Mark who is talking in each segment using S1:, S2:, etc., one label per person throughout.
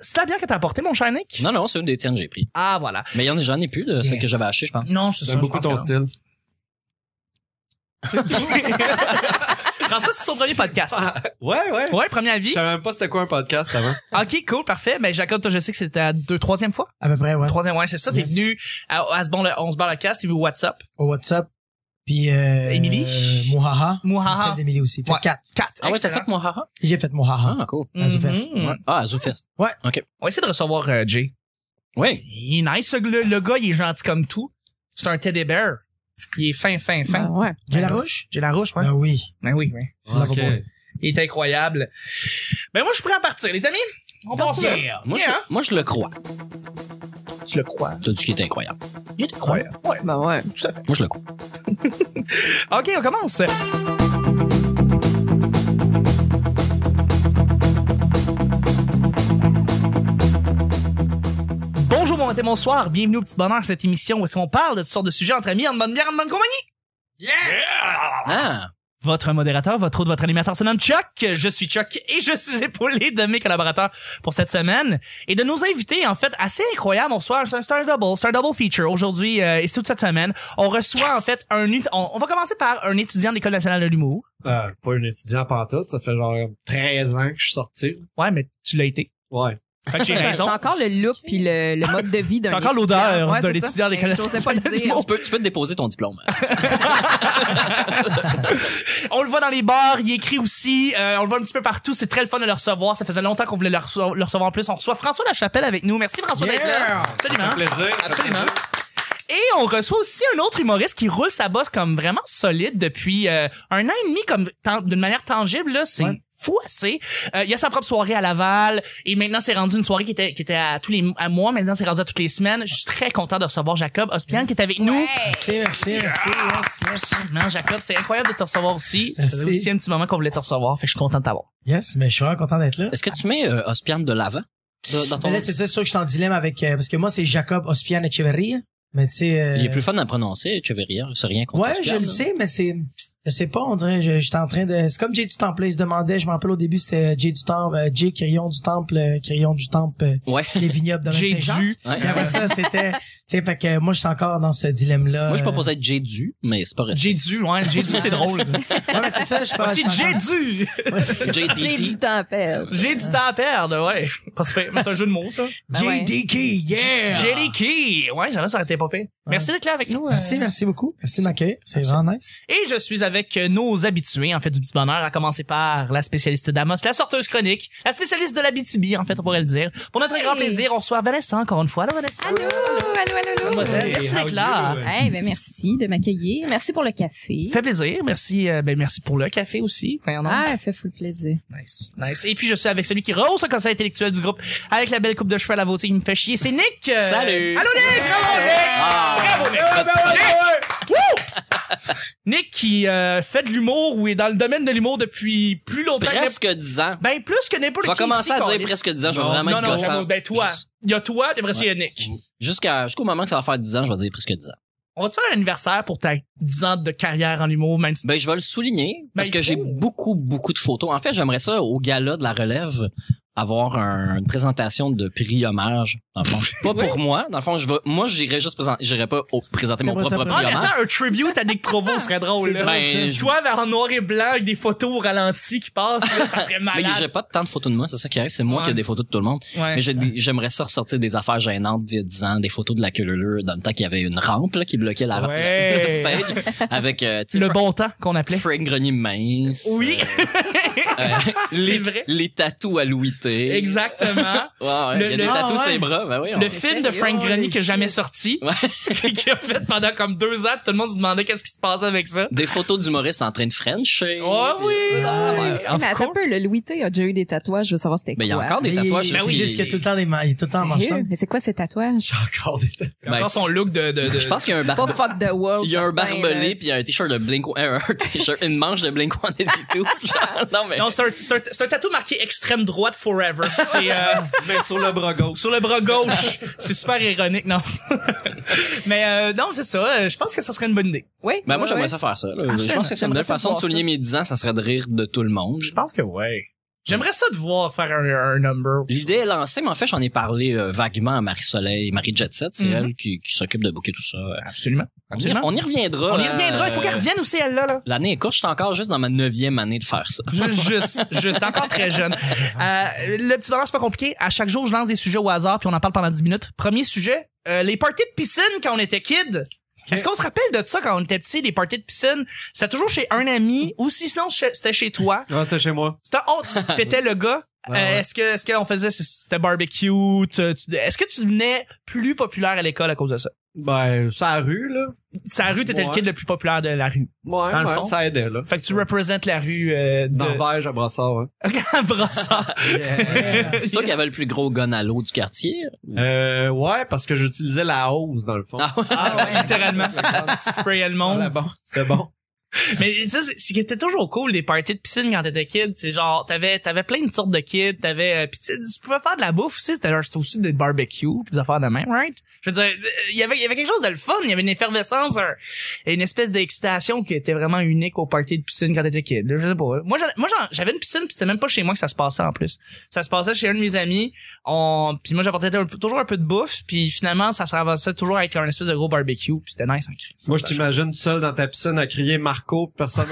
S1: C'est la bière que t'as apportée, mon cher Nick?
S2: Non, non, c'est une des tiennes que j'ai pris.
S1: Ah, voilà.
S2: Mais il y en a, j'en ai plus de celles
S1: Yes.
S2: que j'avais achetées, je pense.
S1: Non, je suis
S3: J'aime
S1: sûr,
S3: beaucoup
S1: je pense
S3: ton
S1: que
S3: style.
S1: non. François, c'est ton premier podcast.
S3: Ouais, ouais.
S1: Ah. Ouais, premier
S3: Je
S1: avis.
S3: savais même pas c'était quoi un podcast avant.
S1: Ah. Ok, cool, parfait. Mais Jacob, toi, je sais que c'était ta deux, troisième fois.
S4: À peu près, ouais.
S1: Troisième, ouais, c'est ça. T'es
S4: Yes.
S1: venu à, à ce bon, le- on se barre le cast, t'es venu au WhatsApp.
S4: Au WhatsApp. Puis, euh.
S1: Émilie?
S4: euh, Mouhaha.
S1: Mouhaha.
S4: Puis Celle d'Émilie aussi. Fait
S1: Ouais.
S4: quatre.
S1: Quatre.
S2: Ah ouais, t'as
S1: excellent.
S2: fait moi, haha?
S4: J'ai fait Mouhaha.
S2: Ah, cool.
S4: à Zoufest.
S1: Mhm.
S2: Ah, à Zoufest.
S1: On va essayer de recevoir euh, Jay.
S2: Oui.
S1: Il est nice, ce gars-là. le, gars, il est gentil comme tout. C'est un teddy bear. Il est fin, fin, fin.
S5: Ah, ouais.
S4: J'ai la roche?
S1: J'ai la rouge, ouais.
S4: Ah oui.
S1: Ben oui, oui.
S4: Ça va
S3: Ok.
S4: pas mal.
S1: Il est incroyable. Ben moi, je suis prêt à partir, les amis. On part ça.
S2: Moi,
S1: Yeah.
S2: je, moi, je le crois.
S1: Tu le crois.
S2: T'as dit qu'il est incroyable.
S1: Il est incroyable. Ouais.
S5: Ben ouais.
S2: Moi, je le crois.
S1: OK, on commence. Bonjour, bon matin, bonsoir. Bienvenue au Petit Bonheur, cette émission où est-ce qu'on parle de toutes sortes de sujets entre amis, en bonne bière, en bonne compagnie.
S2: Ah,
S1: Votre modérateur, votre autre, votre animateur se nomme Chuck. Je suis Chuck et je suis épaulé de mes collaborateurs pour cette semaine et de nos invités, en fait, assez incroyables. On reçoit, c'est un- c'est un double, c'est un double feature aujourd'hui euh, et c'est toute cette semaine. On reçoit, en fait, un, ut- on, on va commencer par un étudiant de l'École nationale de l'humour.
S3: Euh, pas un étudiant pantoute, ça fait genre 13 ans que je suis sorti.
S1: Ouais, mais tu l'as été.
S3: Ouais.
S1: Fait que j'ai
S5: T'as
S1: raison.
S5: t'as encore le look puis le, le mode de vie d'un
S1: T'as encore l'odeur d'un étudiant à l'école
S5: l'école. J'osais pas le
S1: nationale du
S5: dire.
S1: monde.
S2: tu peux, tu peux te déposer ton diplôme.
S1: On le voit dans les bars, il écrit aussi, euh, on le voit un petit peu partout, c'est très le fun de le recevoir. Ça faisait longtemps qu'on voulait le, recevoir- le recevoir en plus. On reçoit François Lachapelle avec nous. Merci François d'être là. Absolument.
S3: plaisir.
S1: Absolument. Et on reçoit aussi un autre humoriste qui roule sa bosse comme vraiment solide depuis euh, un an et demi, comme tan- d'une manière tangible. là, C'est
S4: Ouais.
S1: fou assez. Euh, il a sa propre soirée à Laval et maintenant c'est rendu une soirée qui était, qui était à tous les à mois. Maintenant c'est rendu à toutes les semaines. Je suis très content de recevoir Jacob Ospian qui est avec nous.
S5: Ouais.
S4: Merci, merci, merci, merci, merci.
S1: Absolument, Jacob, c'est incroyable de te recevoir aussi. Ça
S4: Merci.
S1: faisait aussi un petit moment qu'on voulait te recevoir, fait que je suis content de t'avoir.
S4: Yes, mais je suis vraiment content d'être là.
S2: Est-ce que tu mets euh, Ospian de l'avant? de- Dans ton...
S4: Mais là, c'est ça, c'est sûr que je suis en dilemme avec, euh, parce que moi, c'est Jacob Ospian Echeverria. Mais tu sais, euh,
S2: Il est plus fun à prononcer, Echeverria. C'est rien contre
S4: Ouais,
S2: Ospian,
S4: je le
S2: là.
S4: sais, mais c'est, je sais pas, on dirait, je- j'étais en train de, c'est comme Jay du Temple, là, il se demandait, je m'en rappelle au début, c'était Jay du Temple, euh, Jay Crillon du Temple, euh, Crillon du Temple, euh,
S2: Ouais.
S4: les vignobles de
S1: J'ai
S4: Saint-Jean.
S1: dû.
S2: Ouais.
S4: Puis après ça, c'était, tu sais, fait que moi, je suis encore dans ce dilemme-là.
S2: Moi, je
S4: euh,
S2: proposais être Jédu, mais c'est pas resté.
S1: J'ai dû, ouais, j'ai dû, c'est drôle.
S4: Ouais, mais c'est ça, je pense.
S1: Voici j'ai dû.
S5: J'ai du
S2: JDT.
S5: temps à perdre.
S1: J'ai du temps à perdre, ouais. Parce que C'est un jeu de mots, ça.
S5: Ah ouais.
S4: Key, yeah!
S1: Jelly Key. Ouais, j'avais ça arrêtait pas pire. Merci d'être là avec nous. euh.
S4: Merci, merci beaucoup. Merci de m'accueillir. C'est vraiment nice.
S1: Et je suis avec euh, nos habitués, en fait, du petit bonheur, à commencer par la spécialiste d'Amos, la sorteuse chronique, la spécialiste de la BTB, en fait, on pourrait le dire. Pour notre
S5: Hey.
S1: grand plaisir, on reçoit Vanessa encore une fois. Allô, Vanessa.
S5: Allô, allô, allô, allô.
S1: Mademoiselle. Merci d'être là.
S5: Hey, ben merci de m'accueillir. Merci pour le café.
S1: Fait plaisir. Merci, euh, ben, merci pour le café aussi. Voyons donc.
S5: Ah, fait full plaisir.
S1: Nice, nice. Et puis je suis avec celui qui rehausse le conseil intellectuel du groupe avec la belle coupe de cheveux à la beauté qui me fait chier, c'est Nick. Euh,
S2: Salut.
S1: Allô Nick, bravo Nick. Bravo Nick. Nick qui euh, fait de l'humour ou est dans le domaine de l'humour depuis plus longtemps. que n'importe-
S2: Presque 10 ans.
S1: Ben plus que n'importe
S2: Je
S1: qui.
S2: vais commencer
S1: ici,
S2: à
S1: câlisse.
S2: dire presque 10 ans, je vais
S3: Non,
S2: vraiment
S1: Non
S2: être
S1: non,
S2: gossant.
S1: ben toi,
S2: Jus-
S1: il y a toi, puis après ça, il y a Nick.
S2: Jusqu'à, jusqu'au moment que ça va faire 10 ans, je vais dire presque 10 ans.
S1: On va te faire un anniversaire pour ta 10 ans de carrière en humour, même si
S2: Ben, je vais le souligner parce
S1: Ben,
S2: que
S1: il
S2: j'ai
S1: faut.
S2: beaucoup, beaucoup de photos. En fait, j'aimerais ça au gala de la relève avoir un- une présentation de prix hommage dans le fond pas pour moi dans le fond je vais moi j'irai juste présenter j'irai pas au- présenter mon
S4: T'aimerais ça
S2: propre prix
S1: Ah, mais
S2: hommage
S1: attends, un tribute à Nick Provo serait drôle.
S4: C'est
S1: Là.
S4: drôle,
S2: Ben,
S4: ça.
S2: je-
S1: Toi, vers en noir et blanc, avec des photos au ralenti qui passent, là, ça serait
S2: mais
S1: malade.
S2: j'ai pas tant de photos de moi c'est ça qui arrive c'est moi
S1: Ouais.
S2: qui ai des photos de tout le monde
S1: Ouais.
S2: mais j'ai- j'aimerais ça ressortir des affaires gênantes d'il y a 10 ans des photos de la queue dans le temps qu'il y avait une rampe là, qui bloquait la
S1: Ouais.
S2: le stage avec euh, tu sais,
S1: le
S2: Fra-
S1: bon temps qu'on appelait.
S2: Frank Grenier mince
S1: Oui.
S2: euh, euh, les,
S1: vrai.
S2: les tatous à Louis T.
S1: Exactement.
S2: Ouais, ouais,
S1: Le-
S2: il y a
S1: le-
S2: des tatous
S4: Ah,
S2: sur les
S4: ouais.
S2: bras, ben oui. on-
S1: Le film de
S5: sérieux,
S1: Frank Grenier
S4: holy
S1: qui a jamais
S4: shit.
S1: sorti,
S2: Ouais.
S1: qui a fait pendant comme deux ans, puis tout le monde se demandait qu'est-ce qui se passait avec ça.
S2: Des photos d'humoristes en train de French.
S1: Oh
S2: Ah
S1: oui,
S4: Ouais.
S1: nice.
S5: mais attends un peu, le Louis T a déjà eu des tatouages. Je veux savoir c'était
S2: Ben, Ah, il y a
S5: Ah, quoi.
S2: encore des
S4: Mais
S2: tatouages.
S4: il-
S2: je
S4: c'est
S2: sais,
S4: juste
S2: il-
S4: qu'il y a tout le temps des ma- il est tout le temps en marche.
S5: Sérieux? Mais c'est quoi ces tatouages?
S3: Encore des têtes.
S1: Encore
S2: Ben,
S1: son look de, de, de-
S2: Je pense qu'il y a un
S5: Pas
S2: bar-
S5: fuck the world.
S2: Il y a un
S5: certain,
S2: barbelé
S5: là.
S2: puis il y a un t-shirt de Blink, euh, un, un t-shirt, une manche de Blink One et tout. Genre, non mais.
S1: Non, c'est un, c'est un, c'est un tatou marqué extrême droite forever. C'est, euh,
S3: Mais sur le bras gauche.
S1: sur le bras gauche. C'est super ironique, non? Mais, euh, non, c'est ça. euh, Je pense que ça serait une bonne idée.
S5: Oui.
S2: Ben, moi, j'aimerais
S5: oui.
S2: ça faire ça. là.
S5: Ah,
S2: je pense que c'est une
S5: j'aimerais
S2: belle
S5: ça
S2: façon de
S5: voir
S2: souligner
S5: ça.
S2: mes 10 ans, ça serait de rire de tout le monde.
S1: pense que ouais. J'aimerais ça de voir faire un, un number.
S2: L'idée est lancée, mais en fait, j'en ai parlé euh, vaguement à Marie-Soleil, Marie Jetset, c'est
S1: Mhm.
S2: elle qui, qui s'occupe de booker tout ça. Euh,
S1: Absolument.
S2: On y,
S1: Absolument.
S2: on y reviendra.
S1: On y reviendra. Il faut
S2: euh,
S1: qu'elle revienne aussi, elle-là. Là.
S2: L'année est courte, je suis encore juste dans ma neuvième année de faire ça.
S1: Juste, juste, juste. Encore très jeune. Euh, le petit bonheur, c'est pas compliqué. À chaque jour, je lance des sujets au hasard, puis on en parle pendant 10 minutes. Premier sujet, euh, les parties de piscine quand on était kid. Est-ce qu'on se rappelle de ça quand on était petit, les parties de piscine? C'était toujours chez un ami, ou si sinon chez- c'était chez toi.
S3: Non, c'est chez moi.
S1: C'était autre. T'étais le gars.
S3: Ah,
S1: Euh,
S3: ouais.
S1: Est-ce que est-ce qu'on faisait c'était barbecue tu- tu- Est-ce que tu devenais plus populaire à l'école à cause de ça
S3: Ben, ça la rue, là.
S1: Sa rue, t'étais le
S3: Ouais.
S1: kid le plus populaire de la rue.
S3: Ouais,
S1: Dans le
S3: ouais,
S1: fond.
S3: ça aidait, là.
S1: Fait que tu représentes la rue euh,
S3: Dans
S1: de
S3: Verge à Brassard, hein.
S1: Brossard.
S2: C'est toi qui avais le plus gros gun à l'eau du quartier.
S3: Euh, ouais, parce que j'utilisais la hausse, dans le fond.
S2: Ah ouais.
S1: Ah ouais, littéralement. Tu sprayais le monde.
S3: Voilà, bon, c'était bon.
S1: Mais ça, c'est- ce qui était toujours cool des parties de piscine quand t'étais kid, c'est genre t'avais t'avais plein de sortes de kids, t'avais euh, pis tu tu pouvais faire de la bouffe aussi, c'était genre, c'était aussi des barbecues, pis des affaires de même, right? Je veux dire, euh, il y avait il y avait quelque chose de le fun, il y avait une effervescence, un- une espèce d'excitation qui était vraiment unique aux parties de piscine quand t'étais kid. Je sais pas. Moi j'en- moi j'en- j'avais une piscine pis c'était même pas chez moi que ça se passait en plus. Ça se passait chez un de mes amis, on puis moi j'apportais toujours un peu de bouffe, puis finalement ça s'avançait toujours avec un espèce de gros barbecue, puis c'était nice en crise.
S3: Moi, je t'imagine seul dans ta piscine à crier Marco, puis personne.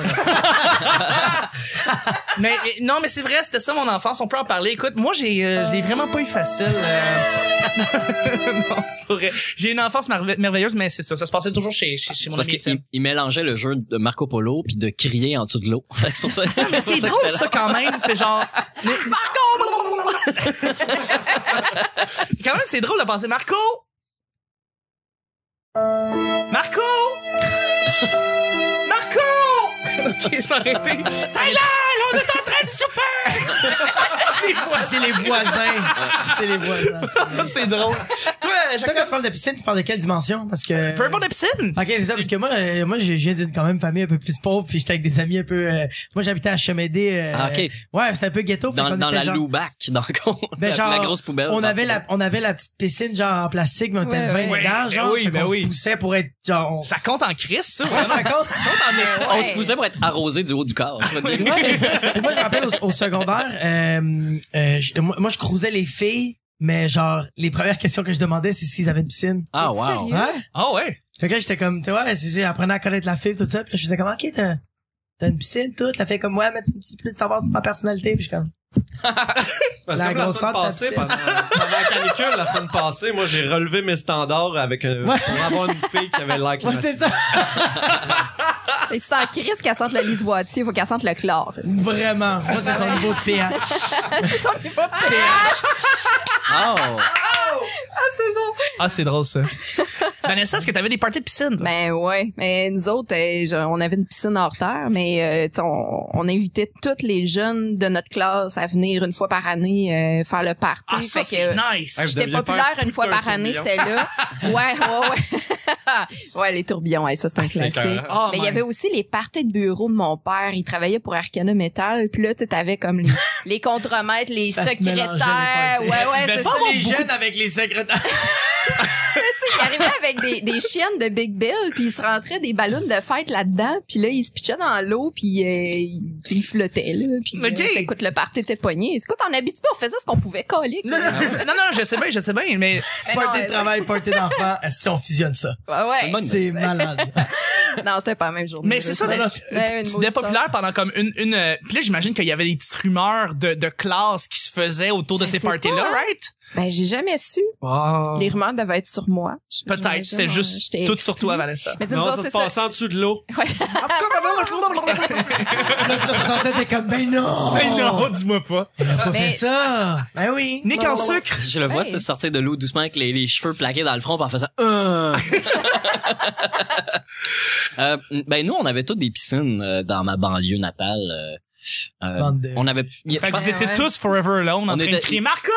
S1: Mais, mais- non, mais c'est vrai, c'était ça mon enfance. On peut en parler. Écoute, moi, j'ai, euh, je l'ai vraiment pas eu facile. euh. non, c'est pas vrai. J'ai une enfance merve- merveilleuse, mais c'est ça. Ça se passait toujours chez, chez, chez
S2: C'est
S1: mon
S2: parce
S1: ami Étienne.
S2: qu'il il mélangeait le jeu de Marco Polo puis de crier en dessous de l'eau. C'est pour ça.
S1: Mais
S2: pour
S1: c'est
S2: ça que
S1: drôle,
S2: c'était
S1: ça, quand même. C'est genre. Mais- quand même, c'est drôle de penser. Marco! Marco! Marco! ok, je vais arrêter. Tyler, on est en train de souper! Les voix-
S4: Ah, C'est les voisins. C'est les voisins.
S1: c'est drôle. Toi,
S4: Toi, quand
S1: Jacob,
S4: tu parles de piscine, tu parles de quelle dimension? Parce que...
S1: peu importe la piscine.
S4: Ok, c'est ça, parce que moi, euh, moi, je viens d'une quand même famille un peu plus pauvre, puis j'étais avec des amis un peu. euh, moi, j'habitais à Chemédé. euh,
S2: Ah, ok.
S4: Ouais, c'était un peu ghetto. fait
S2: Dans,
S4: qu'on
S2: dans
S4: était
S2: la
S4: genre-
S2: loubac, dans le con-
S4: Ben,
S2: la-
S4: genre,
S2: la grosse poubelle.
S4: On
S2: dans-
S4: avait la, on avait la petite piscine genre en plastique, mais on était
S5: Ouais,
S4: 20
S5: ouais.
S4: dedans,
S1: Ben
S4: genre.
S1: oui,
S4: fait
S1: ben
S4: qu'on se
S1: oui.
S4: poussait pour être genre. on-
S1: Ça compte en crise, ça.
S4: Ouais, ça compte, ça compte
S5: Euh,
S4: en esti.
S2: On se poussait pour être arrosé du haut du corps.
S4: Puis moi, je me rappelle au, au secondaire, euh, euh, je- moi, moi, je cruisais les filles, mais genre, les premières questions que je demandais, c'est s'ils avaient une piscine.
S2: ah wow.
S5: Sérieux?
S4: Ouais?
S1: Ah ouais.
S4: Fait que là, j'étais comme, tu vois, j'apprenais à connaître la fille, tout ça. Puis là, je faisais comme, OK, t'as, t'as une piscine, tout. La fille comme, ouais, mais tu veux plus savoir sur ma personnalité? Puis je suis comme,
S3: Parce
S4: La
S3: que la
S4: grosse
S3: semaine
S4: sorte, ta
S3: passée,
S4: piscine.
S3: pendant, pendant la canicule, la semaine passée, moi, j'ai relevé mes standards avec un,
S4: Ouais.
S3: pour avoir une fille qui avait l'air
S4: ouais, c'est
S3: climatisée.
S4: ça.
S5: Et c'est en crise qu'elle sente le lit il faut qu'elle sente le chlore.
S4: Vraiment. Moi, c'est son niveau de pH.
S5: c'est ça, mais pas
S2: Oh.
S5: c'est bon.
S1: Ah, c'est drôle, ça. Vanessa, est-ce que t'avais des parties de piscine? toi?
S5: Ben ouais, mais nous autres, euh, genre, on avait une piscine hors terre, mais euh, tu sais, on, on invitait tous les jeunes de notre classe à venir une fois par année euh, faire le party.
S1: ah, ça,
S5: Fait
S1: c'est
S5: que,
S1: nice.
S3: Hey, vous
S5: J'étais
S3: deviez
S5: populaire
S3: faire
S5: une
S3: tout
S5: fois
S3: un
S5: par année,
S3: tourbillon.
S5: c'était là. Ouais, ouais, ouais. ouais, les tourbillons, ouais, ça, Ah, c'est un
S3: Ah, C'est
S5: classique.
S3: écœurant.
S1: Oh
S5: Mais il
S1: my-
S5: y avait aussi les parties de bureau de mon père. Il travaillait pour Arcana Metal. Puis là, tu sais, t'avais comme les, les contremaîtres, les
S4: Ça se mélangeait,
S5: secrétaires.
S4: les
S5: ouais, ouais,
S1: Mais
S5: c'est
S1: pas
S5: ça.
S1: mon
S5: Les
S4: Les jeunes avec les secrétaires.
S5: il arrivait avec des, des chiennes de Big Bill, puis il se rentrait des ballons de fête là-dedans, puis là, il se pitchait dans l'eau, puis euh, il, il flottait, là. Puis
S1: Ok.
S5: euh, écoute, le party était pogné. Écoute, en Abitibi, on faisait ce qu'on pouvait coller.
S1: Non, non, non, non, je sais bien, je sais bien, mais
S5: Mais non,
S4: Party de
S5: euh,
S4: travail, party d'enfant. Si on fusionne ça.
S5: ouais, ouais.
S4: C'est malade.
S5: Non, c'était pas la même journée.
S1: Mais c'est ça,
S4: Non, non,
S1: tu
S5: c'est-
S1: tu devenais populaire pendant comme une... une euh, Puis là, j'imagine qu'il y avait des petites rumeurs de, de classe qui se faisaient autour de
S5: Je
S1: ces
S5: sais
S1: parties-là,
S5: pas, hein.
S1: right?
S5: Ben, j'ai jamais su. Les rumeurs devaient être sur moi. euh,
S1: Peut-être, c'était juste tout sur toi, Vanessa.
S5: Mais tu
S3: Non, ça se passait en dessous de l'eau.
S4: Là, tu ressortais, t'es comme, ben non!
S1: Ben non, dis-moi pas.
S4: On a pas
S5: Mais-
S4: fait ça! Ben oui!
S1: Nick
S4: Non,
S1: en
S4: non, non.
S1: sucre.
S2: Je le vois
S5: Hey.
S2: se sortir de l'eau doucement avec les, les cheveux plaqués dans le front puis en faisant Euh. Euh, ben nous on avait toutes des piscines euh, dans ma banlieue natale. euh, euh,
S4: Bande de-
S2: on avait y- je
S1: Fait que
S2: pense-
S1: vous étiez
S5: ouais.
S1: tous forever alone en train
S2: On
S1: de
S2: était-
S1: crier « Marco!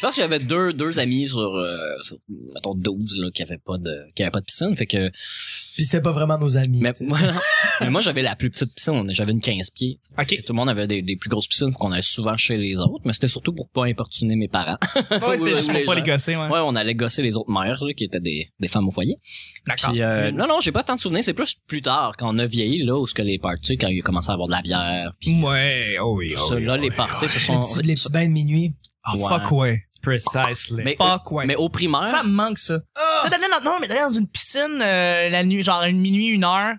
S2: Je pense que j'avais deux, deux amis sur, euh, sur, mettons, 12, là, qui avaient pas de, qui avaient pas de piscine. Fait que,
S4: Puis c'était pas vraiment nos amis.
S2: mais,
S4: tu sais.
S2: voilà. mais moi, j'avais la plus petite piscine. J'avais une 15 pieds.
S1: OK.
S2: Tout le monde avait des, des plus grosses piscines qu'on allait souvent chez les autres, mais c'était surtout pour pas importuner mes parents.
S1: Ouais, c'était
S2: Oui,
S1: juste
S2: oui,
S1: pour
S2: les
S1: pas
S2: gens.
S1: les gosser, ouais.
S2: Ouais, on allait gosser les autres mères, là, qui étaient des, des femmes au foyer.
S1: D'accord. Mm.
S2: Puis, euh, non, non, j'ai pas tant de souvenirs. C'est plus plus tard, quand on a vieilli, là, où ce que les parties, quand il a commencé à avoir de la bière, puis euh,
S1: Ouais, oh oui,
S2: tout
S1: oh
S2: ça,
S1: oui,
S2: là,
S1: oh
S2: les
S1: oui.
S2: parties se
S4: Le
S2: sont...
S4: petit, les petits bains de minuit.
S1: Ah,
S2: Ouais.
S1: fuck ouais.
S3: Precisely.
S2: Mais,
S1: Fuck ouais.
S2: mais au primaire...
S3: Hein?
S1: Ça me manque, ça.
S3: Ah!
S1: Ça d'aller dans, non, mais d'aller dans une piscine, euh, la nuit, genre, une minuit, une heure,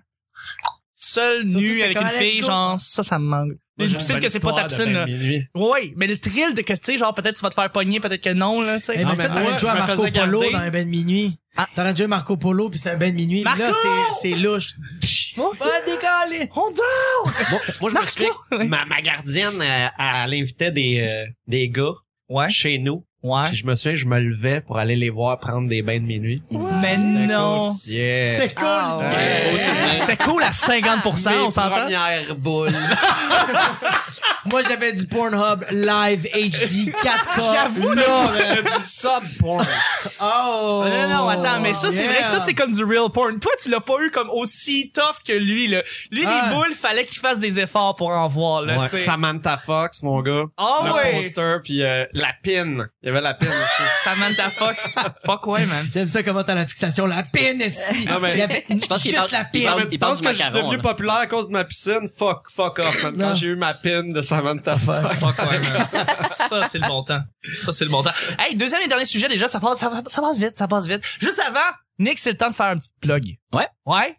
S1: seul,
S4: Surtout
S1: nu,
S4: que
S1: avec
S4: comme
S1: une
S4: let's
S1: fille,
S4: go.
S1: genre, ça, ça me manque.
S3: Moi,
S1: Une
S3: j'ai
S1: piscine
S3: bonne
S1: que c'est pas ta
S3: histoire de
S1: piscine, là.
S3: bain de minuit.
S1: Ouais, mais le thrill de que, tu sais, genre, peut-être tu vas te faire pogner, peut-être que non, là, tu sais.
S4: Eh,
S3: Ah,
S4: mais
S3: mais
S4: toi, t'aurais
S3: moi,
S4: joué à
S3: je me
S4: Marco
S3: faisais
S4: Polo
S3: garder.
S4: dans un bain de minuit. T'aurais joué à Marco Polo puis c'est un bain de minuit. Mais là,
S1: Marco!
S4: c'est, c'est louche.
S1: Oh,
S4: Va décoller!
S1: on va!
S3: Moi, moi, je me
S1: Marc,
S3: souviens,
S1: là. Ouais.
S3: ma, ma gardienne, elle, elle invitait des, euh, des gars
S1: Ouais.
S3: chez nous.
S1: Ouais.
S3: Puis je me souviens, je me levais pour aller les voir prendre des bains de minuit.
S1: Mais non!
S3: Yeah.
S4: C'était cool!
S5: Ah, ouais.
S3: Ouais.
S1: C'était cool à 50%, on s'entend?
S3: Première boule.
S4: Moi, j'avais du Pornhub live HD 4K.
S1: J'avoue,
S4: là!
S3: du sub porn.
S4: Oh!
S1: Non, non, attends, mais ça, c'est vrai que ça, c'est comme du real porn. Toi, tu l'as pas eu comme aussi tough que lui, là. Lui,
S4: Ah.
S1: les boules, fallait qu'il fasse des efforts pour en voir, là,
S3: Ouais.
S1: tu sais.
S3: Samantha Fox, mon gars.
S1: Ah
S3: le
S1: ouais.
S3: poster, puis euh, la pin. Il y avait la pin aussi.
S1: Samantha Fox. Fuck ouais, man.
S4: J'aime ça comment t'as la fixation. La pine! esti.
S3: Non, mais-
S4: Il y avait
S2: pense qu'il
S4: juste
S2: parle-
S4: la
S2: il
S4: pine.
S2: parle-
S3: mais tu
S2: il parle
S3: penses
S2: du
S3: que je suis
S2: macaron,
S3: devenu
S2: là.
S3: populaire à cause de ma piscine? Fuck, fuck off. Même
S4: Non.
S3: quand j'ai eu ma pin de Samantha Fox.
S1: Fuck ouais, man. Ça, c'est le bon temps. Ça, c'est le bon temps. Hey, deuxième et dernier sujet, déjà, ça passe, ça, va- ça passe vite, ça passe vite. Juste avant, Nick, c'est le temps de faire un petit plug.
S2: Ouais.
S1: Ouais.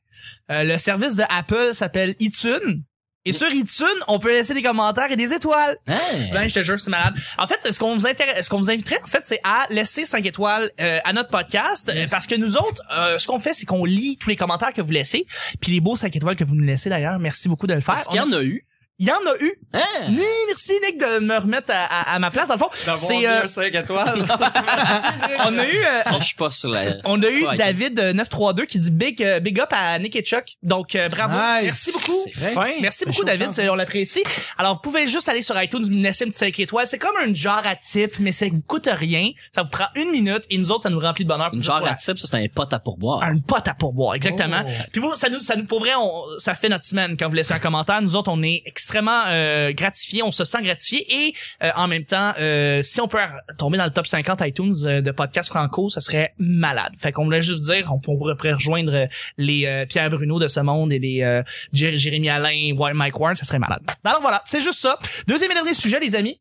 S1: Euh, le service de Apple s'appelle iTunes. Et sur iTunes, on peut laisser des commentaires et des étoiles.
S2: Hey.
S1: Ben, je te jure, c'est malade. En fait, ce qu'on vous intéresse, ce qu'on vous inviterait, en fait, c'est à laisser 5 étoiles euh, à notre podcast, euh, parce que nous autres, euh, ce qu'on fait, c'est qu'on lit tous les commentaires que vous laissez, puis les beaux 5 étoiles que vous nous laissez d'ailleurs. Merci beaucoup de le faire.
S2: Est-ce qu'il y
S1: On-
S2: en a eu?
S1: Il y en a eu.
S2: Hein?
S1: Oui, merci Nick de me remettre à, à- à ma place. Dans le fond,
S3: D'avoir
S1: c'est
S3: mis
S1: euh,
S3: un 5 étoiles.
S1: on a eu. euh,
S2: Ah, Je suis pas sur la...
S1: on a eu
S2: Ouais,
S1: David euh, 932 qui dit big euh, big up à Nick et Chuck. Donc euh, bravo.
S4: Nice.
S1: Merci beaucoup.
S2: C'est fin.
S1: Merci beaucoup
S4: chaud,
S1: David,
S4: hein.
S1: c'est- on l'apprécie. Alors vous pouvez juste aller sur iTunes, nous laisser une petite 5 étoiles. C'est comme un genre à type, mais ça vous coûte rien. Ça vous prend une minute et nous autres ça nous remplit de bonheur.
S2: Une genre
S1: Voilà.
S2: à type, ça, c'est un pote à pourboire.
S1: Un pote à pourboire, exactement. Puis vous, ça nous, ça nous, pour vrai, on, ça fait notre semaine quand vous laissez un commentaire. Nous autres, on est extrêmement euh, gratifiés, on se sent gratifiés et euh, en même temps, euh, si on peut ar- tomber dans le top 50 iTunes euh, de podcast franco, ça serait malade. Fait qu'on voulait juste dire, on pourrait rejoindre euh, les euh, Pierre Bruno de ce monde et les euh, Jé- Jérémy Alain, voire Mike Ward, ça serait malade. Alors voilà, c'est juste ça. Deuxième et dernier sujet, les amis.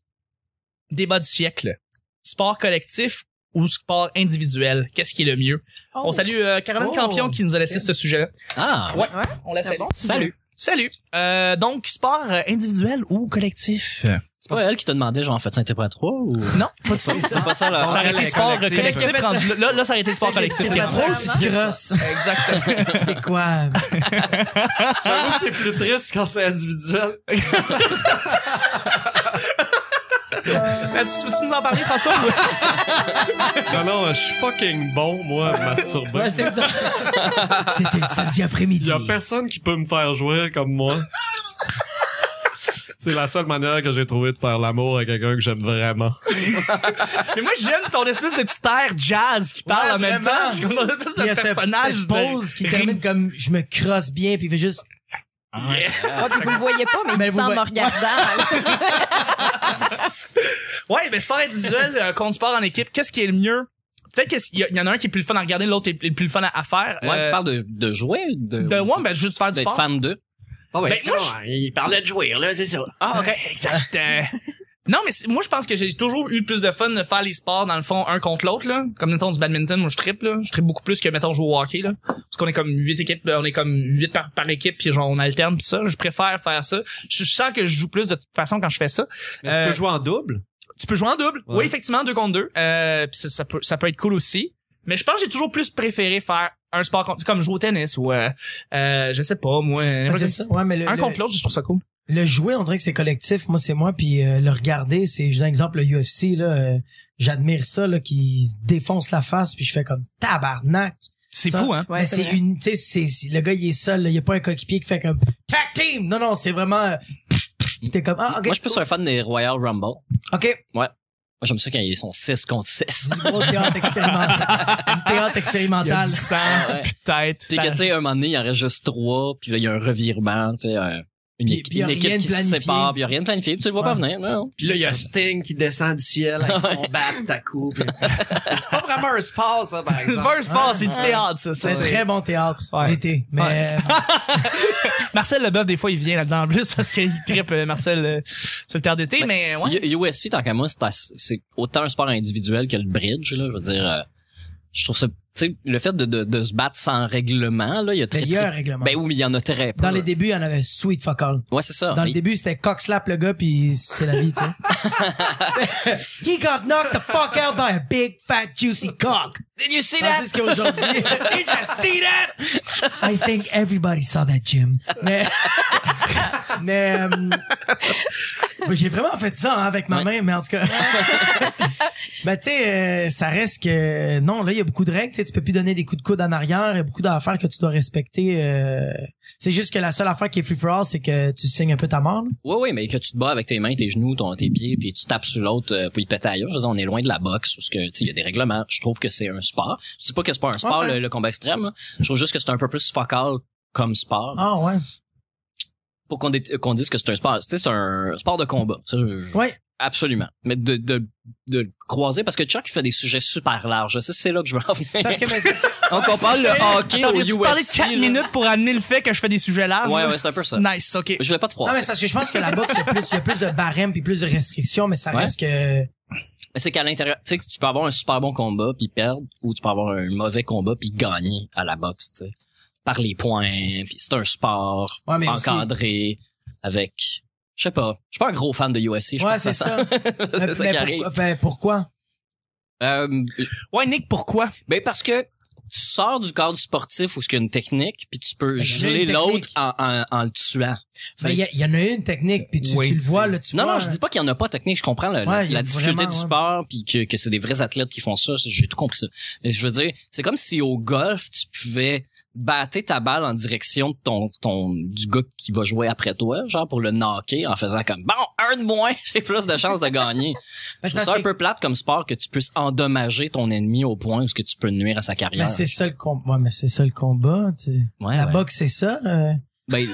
S1: Débat du siècle. Sport collectif ou sport individuel, qu'est-ce qui est le mieux? On salue euh, Caroline
S4: Oh.
S1: Campion qui nous a laissé ce sujet-là.
S2: Ah,
S1: Ouais, on la
S5: Ah
S1: salue.
S5: bon?
S2: salut.
S1: Salut. Euh, donc, sport euh, individuel ou collectif?
S2: C'est pas elle qui te demandait, genre, faites un TP à 3 ou...
S1: Non, pas de ça.
S2: C'est pas ça,
S4: Ah,
S2: là.
S1: Ça aurait été
S3: Ouais,
S1: sport euh, collectif.
S3: collectif.
S1: rendu- là, là, ça aurait été le sport collectif.
S4: C'est
S1: qui
S4: la
S1: rendu-
S4: grosse grosse.
S1: Exactement.
S4: C'est quoi?
S3: J'avoue que c'est plus triste quand c'est individuel.
S1: Mathieu, Euh, tu veux-tu nous en parler, François?
S3: Non, non, je suis fucking bon, moi, à masturber.
S4: Ouais, c'est ça. C'était le samedi
S3: Il
S4: après-midi.
S3: y a personne qui peut me faire jouer comme moi. C'est la seule manière que j'ai trouvé de faire l'amour à quelqu'un que j'aime vraiment.
S1: Mais moi, j'aime ton espèce de petit air jazz qui parle
S4: Ouais,
S1: en même
S4: vraiment.
S1: temps. J'ai comme une espèce
S4: Il y
S1: de
S4: a ce-
S1: personnage. de-
S4: cette pause qui termine comme je me crosse bien puis il fait juste
S5: Ah, puis vous le voyez pas, mais,
S4: Mais
S5: il
S4: vous
S5: sent
S4: voyez-
S5: me regardant.
S1: Ouais, mais sport individuel euh, contre sport en équipe, qu'est-ce qui est le mieux? Peut-être qu'il y, a- il y en a un qui est plus le fun à regarder, l'autre est plus le fun à, à faire.
S2: Ouais,
S1: Euh,
S2: tu parles de, de jouer, de...
S1: de ouais, ben juste faire du
S2: D'être
S1: sport.
S2: fan d'eux.
S3: Ah
S1: Ben, moi, je-
S3: il parlait de jouer, là, c'est ça.
S1: Ah, ok. Exact. Euh, non, mais c'est- moi, je pense que j'ai toujours eu le plus de fun de faire les sports, dans le fond, un contre l'autre, là. Comme, mettons, du badminton, moi, je tripe, là. Je tripe beaucoup plus que, mettons, jouer au hockey, là. Parce qu'on est comme huit équipes, euh, on est comme huit par, par équipe, puis genre, on alterne, puis ça. Je préfère faire ça. Je, je sens que je joue plus de toute façon quand je fais ça.
S3: Mais
S1: Euh,
S3: tu peux jouer en double?
S1: Tu peux jouer en double.
S3: Ouais.
S1: Oui, effectivement, deux contre deux. Euh, pis ça, ça peut, ça peut être cool aussi. Mais je pense que j'ai toujours plus préféré faire un sport contre, comme jouer au tennis ou, euh, euh, je sais pas, moi.
S4: Ah, c'est ça ouais mais le,
S1: Un
S4: le-
S1: contre l'autre, je trouve ça cool.
S4: le jouer on dirait que c'est collectif moi c'est moi puis euh, le regarder c'est j'ai un exemple le UFC là euh, j'admire ça là qui se défonce la face puis je fais comme tabarnak
S1: C'est
S4: Ça,
S1: fou, hein?
S4: mais c'est une tu sais c'est- c'est- le gars il est seul là, il y a pas un coéquipier qui fait comme tag team non non c'est vraiment euh, pff, pff, t'es comme ah ok
S2: Moi, je suis plus un fan des Royal Rumble.
S4: ok
S2: Moi, j'aime ça quand ils sont 6 contre 6.
S4: Du gros théâtre expérimental. Du théâtre
S1: Il y a
S4: expérimental.
S1: du sang,
S4: Ah,
S2: Ouais.
S1: puis tête.
S2: Puis que, tu sais, un moment donné, il en reste juste trois, puis là, il y a un revirement, tu sais, un- une,
S4: Puis-
S2: équi-
S4: puis y a
S2: une équipe
S4: rien de
S2: qui se
S4: planifié.
S2: sépare, puis il y a rien de planifié, puis tu le vois pas venir. non.
S3: Puis là, il y a Sting qui descend du ciel avec son bat à coup. puis- C'est pas vraiment un sport, ça, par exemple.
S1: First pass, Ah. c'est du théâtre, ça.
S4: C'est
S1: ça.
S4: un très bon théâtre
S1: Ouais.
S4: d'été. Mais
S1: Ouais.
S4: euh,
S1: Marcel Leboeuf, des fois, il vient là-dedans en plus parce qu'il tripe euh, Marcel euh, sur le terre d'été,
S2: Ben,
S1: mais ouais.
S2: U- USF, tant qu'à moi, c'est assez- c'est autant un sport individuel que le bridge, là, je veux dire. euh, je trouve ça, tu sais, le fait de, de, de se battre sans règlement, là, il y a très,
S4: il y a
S2: très-
S4: un règlement.
S2: ben oui, mais il y en a très peu.
S4: Dans les débuts, il y en avait sweet fuck all.
S2: Ouais, c'est ça.
S4: Dans le
S2: Mais-
S4: début, c'était cock slap le gars, puis c'est la vie, tu sais. He got knocked the fuck out by a big fat juicy cock.
S2: Did you see that?
S4: Tandis qu'aujourd'hui,
S1: Did you see that?
S4: I think everybody saw that Jim. Mais, mais, euh, ben, j'ai vraiment fait ça hein, avec ma
S2: Ouais.
S4: main, mais en tout cas. ben tu sais, euh, ça reste que non, là il y a beaucoup de règles. Tu sais, tu peux plus donner des coups de coude en arrière. Il y a beaucoup d'affaires que tu dois respecter. euh, c'est juste que la seule affaire qui est free for all, c'est que tu signes un peu ta mort. là.
S2: Oui, oui, mais que tu te bats avec tes mains, tes genoux, ton, tes pieds, puis tu tapes sur l'autre euh, pour y péter ailleurs. Je veux dire, on est loin de la boxe, parce que, tu sais, il y a des règlements. Je trouve que c'est un sport. Je dis pas que c'est pas un sport,
S4: Ouais, ouais.
S2: le, le combat extrême. là. Je trouve juste que c'est un peu plus focal comme sport.
S4: Ah ouais.
S2: Pour qu'on dé- qu'on dise que c'est un sport. Tu sais, c'est un sport de combat. Ça, je-
S4: Ouais.
S2: Absolument. Mais de, de, de le croiser, parce que Chuck, il fait des sujets super larges. Ça, c'est là que je veux en venir.
S4: Parce que Ah, mais,
S2: Donc, on parle le hockey
S1: Ah, Attends,
S2: au
S1: tu parlé
S2: UFC.
S1: 4
S2: là.
S1: minutes pour amener le fait que je fais des sujets larges?
S2: Ouais,
S1: là?
S2: ouais, c'est un peu ça.
S1: Nice, ok.
S2: Je voulais pas te
S4: non
S2: froisser.
S4: mais c'est parce que je pense que la boxe il y a plus, il y a plus de barèmes puis plus de restrictions, mais ça
S2: Ouais.
S4: reste que
S2: Mais c'est qu'à l'intérieur, tu sais, que tu peux avoir un super bon combat puis perdre, ou tu peux avoir un mauvais combat puis gagner à la boxe, tu sais. Par les points, puis c'est un sport
S4: Ouais, mais aussi-
S2: encadré avec, je sais pas, je suis pas un gros fan de USC, je
S4: ouais
S2: pense que
S4: c'est
S2: ça.
S4: ça.
S2: c'est
S4: Mais-
S2: ça
S4: mais
S2: qui arrive.
S4: pourquoi, ben, pourquoi?
S2: Euh,
S1: Ouais, Nick, pourquoi?
S2: ben parce que tu sors du cadre sportif où ce qu'il y a une technique puis tu peux
S4: Ben,
S2: geler
S4: j'ai une
S2: l'autre
S4: technique.
S2: en, en, en le tuant.
S4: Mais Ben, il y, a- il y en a une technique, puis tu,
S1: Oui,
S4: tu le vois,
S1: c'est-
S4: là, tu
S2: Non,
S4: vois.
S2: non, je dis pas qu'il y en a pas technique. Je comprends la, la-
S4: Ouais, il y a
S2: la difficulté
S4: vraiment,
S2: du
S4: ouais.
S2: sport puis que, que c'est des vrais athlètes qui font ça. ça, J'ai tout compris ça. Mais je veux dire, c'est comme si au golf, tu pouvais battre ta balle en direction de ton, ton, du gars qui va jouer après toi, genre pour le knocker en faisant comme, bon, un de moins, j'ai plus de chances de gagner.
S4: Ben,
S2: je
S4: je
S2: trouve
S4: pense
S2: ça un
S4: que-
S2: peu plate comme sport que tu puisses endommager ton ennemi au point où ce que tu peux nuire à sa
S4: Mais
S2: carrière.
S4: c'est ça le combat. Ouais, mais c'est ça le combat. tu-
S2: Ouais,
S4: La
S2: ouais.
S4: boxe, c'est ça. euh.
S2: Ben,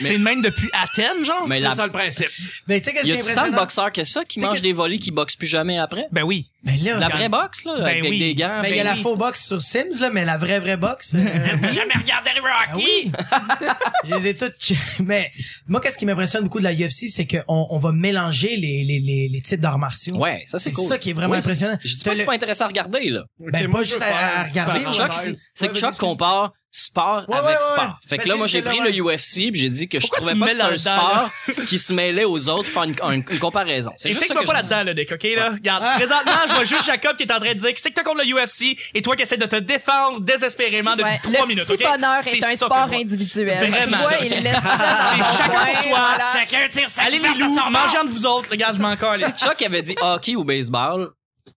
S2: Mais-
S1: C'est le même depuis Athènes, genre?
S2: mais
S3: C'est
S2: la,
S3: ça le principe.
S4: Mais Ben, tu sais, qu'est-ce
S2: y
S4: qui est
S2: a-tu tant de
S4: impressionnant?
S2: boxeurs que ça qui
S4: Tu sais
S2: mangent
S4: que-
S2: des volets qui boxent plus jamais après?
S1: Ben oui.
S4: Ben là,
S2: La
S4: regarde.
S2: vraie boxe, là,
S1: Ben
S2: avec
S1: oui.
S2: des gants.
S4: Ben, il y a la faux boxe sur Sims, là, mais la vraie, vraie boxe. euh, oui.
S1: jamais regardé les
S4: Ah oui. Je les ai toutes. ch- Mais moi, qu'est-ce qui m'impressionne beaucoup de la UFC, c'est qu'on on va mélanger les, les, les, les types d'arts martiaux.
S2: Ouais, ça c'est
S4: C'est
S2: cool.
S4: ça qui est vraiment
S2: Oui,
S4: impressionnant.
S2: Je dis
S4: T'as
S2: pas que c'est
S4: le-
S2: pas intéressant à regarder, là.
S4: Ben, pas juste à- à regarder,
S2: Chuck, c'est que Chuck compare sport
S4: Ouais,
S2: avec
S4: ouais, ouais,
S2: sport.
S4: ouais.
S2: Fait que
S4: Mais
S2: là,
S4: c'est-
S2: moi, j'ai
S4: c'est
S2: pris
S4: là,
S2: le UFC puis j'ai dit que
S1: Pourquoi
S2: je
S1: tu me
S2: trouvais
S1: mets
S2: pas que c'est un
S1: là-dedans, là?
S2: sport qui se mêlait aux autres faire une, une- une comparaison. C'est
S1: Et
S2: juste ça
S1: t'es pas
S2: que je dis.
S1: là-dedans, le Nick, ok, là? Regarde, présentement, je vois juste Jacob qui est en train de dire que c'est que t'as contre le UFC et toi qui essaies de te défendre désespérément depuis
S5: Ouais,
S1: 3
S5: le
S1: minutes, ok?
S5: petit bonheur est,
S1: C'est ça
S5: un
S1: que
S5: sport
S1: je vois.
S5: individuel.
S1: Vraiment,
S5: Tu vois,
S1: là,
S5: il
S1: ok.
S5: laisse ça
S1: C'est
S5: dans son
S1: chacun pour
S5: coin,
S1: soi,
S5: voilà.
S1: chacun tire sa Allez les loups, mangez entre vous autres, regarde, je m'en calisse.
S2: Si Chuck avait dit hockey ou baseball,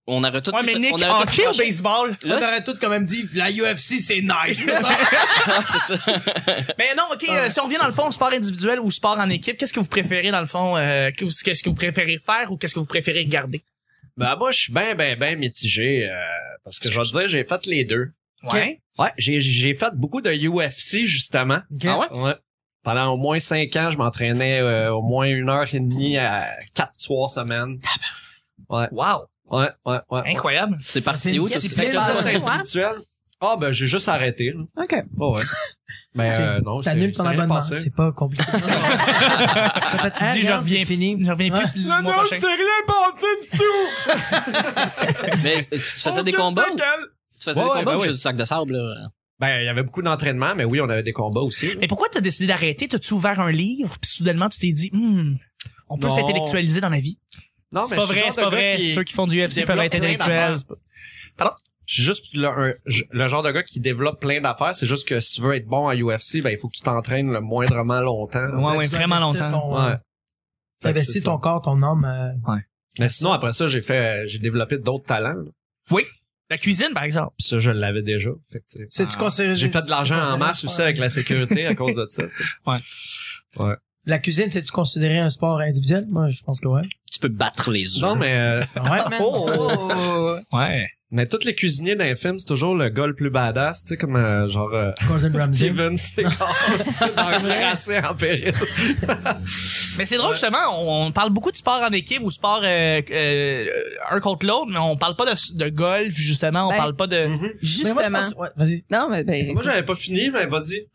S2: on aurait tout
S1: Ouais, mais
S2: pu-
S1: Nick,
S2: on aurait tout pu
S1: hockey ou
S2: trancher.
S1: baseball?
S4: On
S2: Là,
S4: aurait tout quand même dit, la UFC, c'est nice.
S2: Ah, c'est ça.
S1: Mais non, ok, euh, si on revient dans le fond, sport individuel ou sport en équipe, qu'est-ce que vous préférez dans le fond? euh, que vous- qu'est-ce que vous préférez faire ou qu'est-ce que vous préférez regarder?
S3: Ben, moi, je suis ben, ben, ben mitigé, euh, parce que je vais te dire, j'ai fait les deux.
S1: Ouais.
S3: Ouais, j'ai, j'ai fait beaucoup de UFC, justement.
S4: Ok.
S2: Ah ouais?
S3: Ouais. Pendant au moins cinq ans, je m'entraînais euh, au moins une heure et demie à quatre soirs semaine.
S1: Wow.
S3: Ouais, ouais, ouais.
S1: Incroyable.
S2: C'est
S4: C'est
S2: parti
S4: une
S2: où, ça?
S4: discipline.
S3: Fait que ça, c'est
S5: Ouais.
S3: individuel. Ah, ben, j'ai juste arrêté. là.
S5: OK.
S3: Oh, ouais. Mais
S4: C'est-
S3: euh, non,
S4: T'annules ton
S3: c'est rien
S4: abonnement.
S3: passé.
S4: C'est pas compliqué. tu
S1: dis, je reviens.
S4: Fini.
S1: Je reviens
S4: Ouais.
S1: plus le mois prochain.
S2: Mais euh, tu faisais des combats ou tu faisais des
S3: Ouais, ouais,
S2: combats
S3: ben
S2: ou
S3: oui.
S2: juste du sac de sable, là?
S3: Ben, il y avait beaucoup d'entraînement, mais oui, on avait des combats aussi. là.
S1: Mais pourquoi t'as décidé d'arrêter? T'as-tu ouvert un livre puis soudainement tu t'es dit, hmm, on peut
S3: Non.
S1: s'intellectualiser dans la vie?
S3: Non,
S1: C'est
S3: mais
S1: pas
S3: je suis
S1: vrai,
S3: le genre
S1: c'est
S3: de
S1: pas
S3: gars
S1: vrai.
S3: qui-
S1: Ceux qui font du UFC peuvent
S3: développe
S1: être
S3: plein
S1: intellectuels.
S3: d'affaires. Je suis juste le, un- je- le genre de gars qui développe plein d'affaires. C'est juste que si tu veux être bon à UFC, ben, il faut que tu t'entraînes le moindrement longtemps.
S1: Ouais, ouais,
S4: Tu dois
S1: vraiment
S4: investir
S1: longtemps.
S4: ton- T'investis ton corps, ton homme. euh,
S3: Mais sinon, après ça, j'ai fait, j'ai développé d'autres talents. là.
S1: La cuisine, par exemple.
S3: Puis ça, je l'avais déjà. Fait que, tu sais,
S4: C'est-tu considéré-
S3: J'ai fait de l'argent
S4: c'est
S3: en
S4: considéré
S3: masse aussi
S4: faire-
S3: avec la sécurité à cause de ça. tu sais.
S4: La cuisine, c'est-tu considéré un sport individuel? Moi, je pense que ouais.
S2: Tu peux battre les
S3: Non,
S2: œufs.
S3: mais, euh,
S4: Ouais, man.
S5: Oh.
S1: Ouais.
S3: mais tous les cuisiniers d'un film, c'est toujours le gars le plus badass, tu sais, comme euh, genre euh,
S4: Gordon Ramsay.
S3: Steven Seagal, c'est dans une racée en péril.
S1: Mais c'est drôle, justement, on on parle beaucoup de sport en équipe ou sport euh, euh, un contre l'autre, mais on parle pas de, de golf, justement, on
S5: Ben,
S1: parle pas de...
S4: Mais moi, je
S5: Justement.
S4: pense- ouais, vas-y.
S5: Non, mais ben,
S3: Moi, j'avais pas fini, mais vas-y.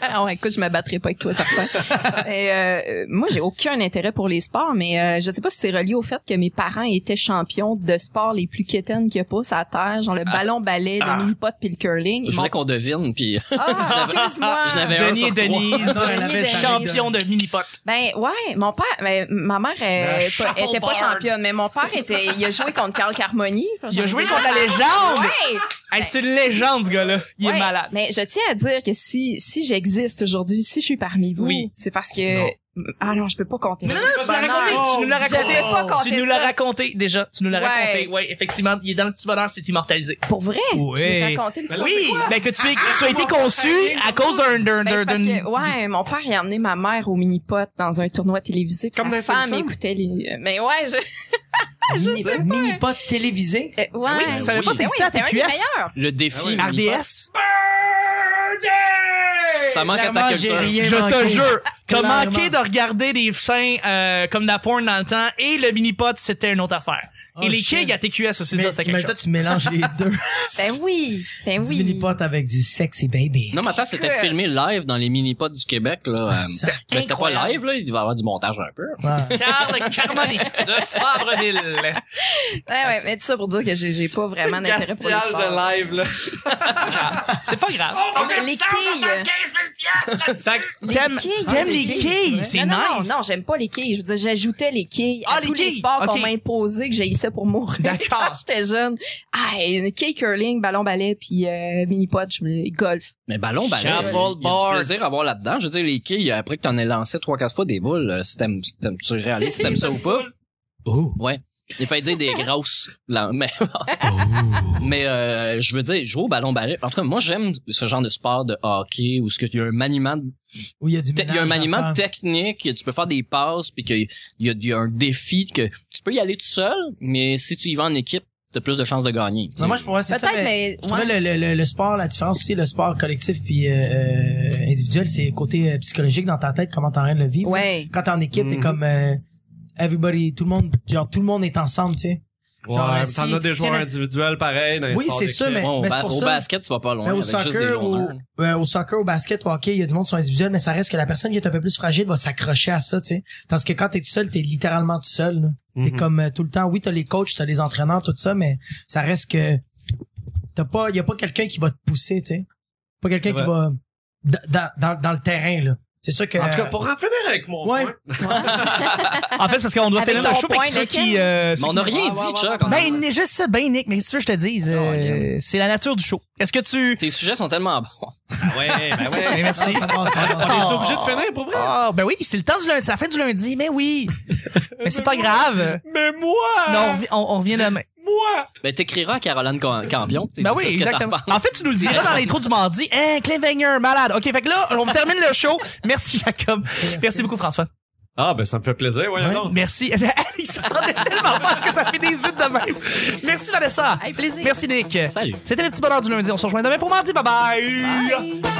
S5: Ah ouais, écoute, je me battrai pas avec toi, certain. Et, euh, moi, j'ai aucun intérêt pour les sports, mais euh, je sais pas si c'est relié au fait que mes parents étaient champions de sports les plus quétaines qu'il y a pas sur la terre, genre le ballon-ballet,
S2: Ah.
S5: le mini-pot puis le curling.
S2: Je
S5: Ils m'ont-
S2: voulais qu'on devine, puis
S5: Ah, excuse-moi!
S2: je n'avais un
S1: Denis
S2: sur
S1: et
S2: trois.
S1: Denise,
S4: Non, elle avait sa
S1: champion de mini-pot.
S5: Ben ouais, mon père, ben, ma mère elle,
S1: Le
S5: pas- était pas
S1: shuffleboard.
S5: championne, mais mon père était, il a joué contre Carl Carmoni.
S1: Il a joué contre la légende!
S5: Ouais,
S1: Hey, c'est une légende, ce gars-là. Il
S5: ouais.
S1: est malade.
S5: Mais je tiens à dire que si si j'existe aujourd'hui, si je suis parmi vous,
S1: Oui.
S5: c'est parce que ah non, je peux pas compter.
S1: Mais non, non, tu l'as
S5: Ben non.
S1: raconté, tu nous l'as
S5: Je vais pas
S1: raconté.
S5: compter
S1: Tu nous l'as
S5: ça.
S1: raconté, déjà. Tu nous l'as
S5: Ouais.
S1: raconté. Oui, effectivement, il est dans le petit bonheur, c'est immortalisé.
S5: Pour vrai?
S1: Oui.
S5: J'ai raconté le film.
S1: oui, ben que tu, es- tu as été conçu à cause d'un... d'un-
S5: Ben, c'est
S1: d'un-
S5: parce
S1: d'un-
S5: que, ouais, mon père, il a emmené ma mère au mini-pot dans un tournoi télévisé. puis
S3: Comme
S5: sa
S3: dans
S5: femme
S3: Simpson.
S5: écoutait les, mais ouais, je,
S4: Mini-
S5: sais pas.
S4: Mini-pot télévisé.
S5: euh, ouais.
S1: Oui, tu savais
S2: oui.
S1: pas,
S5: Ben oui,
S1: c'est
S5: c'était un des
S1: TQS.
S5: meilleurs.
S2: Le défi.
S3: Ah oui.
S2: mini-pot.
S1: RDS.
S2: Ça manque à ta
S4: Clairement, j'ai
S2: culture.
S4: rien
S1: Je
S4: manqué.
S1: te jure, t'as
S4: Clairement.
S1: manqué de regarder des seins euh, comme de la porn dans le temps et le mini-pot, c'était une autre affaire.
S4: Oh,
S1: et les
S4: shit.
S1: kegs à TQS aussi,
S4: Mais,
S1: ça, c'était
S4: mais
S1: quelque
S4: toi,
S1: chose.
S4: tu mélanges les deux.
S5: Ben oui. Ben
S4: Du
S5: oui.
S4: mini-pot avec du sexy baby.
S2: Non, mais attends, c'était
S5: Que-
S2: filmé live dans les mini-pods du Québec, là.
S3: Ah,
S2: euh,
S4: Ça-
S2: mais c'était pas
S1: incroyable.
S2: live, là. Il devait y avoir du montage un peu.
S4: Ouais.
S1: Carl Carmoni de Fabreville.
S5: Ouais, ouais, mais tout ça pour dire que j'ai, j'ai pas vraiment d'intérêt pour les
S3: Gaspillage
S5: sports.
S3: de live, là.
S1: C'est pas grave.
S4: Oh,
S5: les quilles.
S1: Fait que T'aimes
S5: quilles.
S1: t'aimes
S5: Ah,
S1: les
S5: les
S1: quilles, c'est
S5: Non, non,
S1: nice.
S5: non, non, j'aime pas les quilles. Je veux dire, j'ajoutais les quilles
S1: Ah,
S5: à
S1: les
S5: tous les
S1: quilles.
S5: sports qu'on
S1: Ok.
S5: m'imposait que j'haïssais pour mourir.
S1: D'accord.
S5: Quand j'étais jeune. Ah, une quille curling, ballon ballet puis euh, mini pot, je voulais golf.
S2: Mais ballon, ballon.
S1: Shuffleboard.
S2: Il y a du plaisir à voir là-dedans. Je veux dire, les quilles, après que t'en aies lancé trois, quatre fois des boules, euh, si t'aimes, si t'aimes- tu réalises si t'aimes ça ou pas.
S4: Oh.
S2: Ouais. Il fallait dire des grosses. là, mais mais euh, je veux dire, jouer au ballon ballet. En tout cas, moi, j'aime ce genre de sport de hockey où ce que il y a un maniement, de-
S4: Où il y a du
S2: te- il y a un
S4: ménage à
S2: maniement
S4: faire.
S2: technique, tu peux faire des passes, puis qu'il y, a- il y a un défi que tu peux y aller tout seul, mais si tu y vas en équipe, t'as plus de chances de gagner.
S4: Non, moi, je pourrais, c'est
S5: Peut-être,
S4: ça. mais-
S5: mais,
S4: Je
S5: ouais.
S4: trouvais le, le, le, le sport, la différence aussi, le sport collectif puis euh, euh, individuel, c'est le côté euh, psychologique dans ta tête, comment t'es en train de le vivre.
S5: Ouais.
S4: Quand t'es en équipe, t'es
S3: Mhm.
S4: comme euh, everybody, tout le monde, genre tout le monde est ensemble, tu sais. Genre,
S3: Ouais,
S4: euh,
S3: t'en
S4: si-
S3: as des
S4: si
S3: joueurs
S4: elle-
S3: individuels pareil dans les
S4: Oui,
S3: sports
S4: c'est sûr,
S3: d'équipe.
S4: mais,
S2: Ouais, au,
S4: mais c'est
S2: ba-
S4: pour
S2: au
S4: ça.
S2: basket, tu vas pas loin.
S4: mais au
S2: avec juste des
S4: soccer, au,
S2: rondeurs.
S4: euh, au soccer, au basket, au hockey, il y a du monde qui sont individuels, mais ça reste que la personne qui est un peu plus fragile va s'accrocher à ça, tu sais. Tandis que quand t'es tout seul, t'es littéralement tout seul. là. T'es
S3: Mhm.
S4: comme euh, tout le temps, oui, t'as les coachs, t'as les entraîneurs, tout ça, mais ça reste que t'as pas, y a pas quelqu'un qui va te pousser, tu sais. Pas quelqu'un
S3: C'est
S4: qui
S3: vrai.
S4: va d- dans, dans, dans le terrain là. C'est sûr que
S3: En tout cas, pour en finir avec mon
S4: Ouais.
S3: point,
S1: En fait, c'est parce qu'on doit
S5: Avec
S1: finir le
S5: ton
S1: show avec
S5: point,
S1: ceux
S5: lequel?
S1: qui... euh,
S2: Mais on
S1: ceux
S2: n'a
S1: qui-
S2: rien
S5: Ouais,
S2: dit,
S5: ouais,
S2: Chuck.
S5: ouais,
S2: on a-
S5: ouais.
S1: Ben, il est juste ça, ben Nick, mais qu'est-ce que je te dise?
S2: Oh,
S1: euh,
S2: yeah.
S1: c'est la nature du show. Est-ce que tu...
S2: Tes sujets sont tellement bons.
S3: ouais, ben ouais.
S1: Ben, merci.
S4: Ah, Ça va, ça va, ça va.
S3: On est obligé de finir pour vrai?
S1: Ah, ben oui, c'est le temps du lundi, c'est la fin du lundi, mais oui. mais c'est pas grave.
S3: Mais moi!
S1: Non, on revi- on, on revient demain.
S3: Moi!
S2: Ben, t'écriras à Caroline Cam- Campion. tu sais,
S1: Ben oui,
S2: qu'est-ce que t'en
S1: exactement.
S2: penses.
S1: En fait, tu nous le diras dans l'intro du mardi. Hein, Cliffhanger, malade. OK, fait que là, on termine le show. Merci, Jacob. Merci beaucoup, François.
S3: Ah, ben ça me fait plaisir, voyons
S4: Ouais.
S3: donc.
S1: Merci. Il s'attendait tellement pas à ce que ça finisse vite de même. Merci, Vanessa.
S5: Avec plaisir.
S1: Merci, Nick.
S2: Salut.
S1: C'était le petit bonheur du lundi. On se rejoint demain pour mardi. Bye bye.
S5: Bye.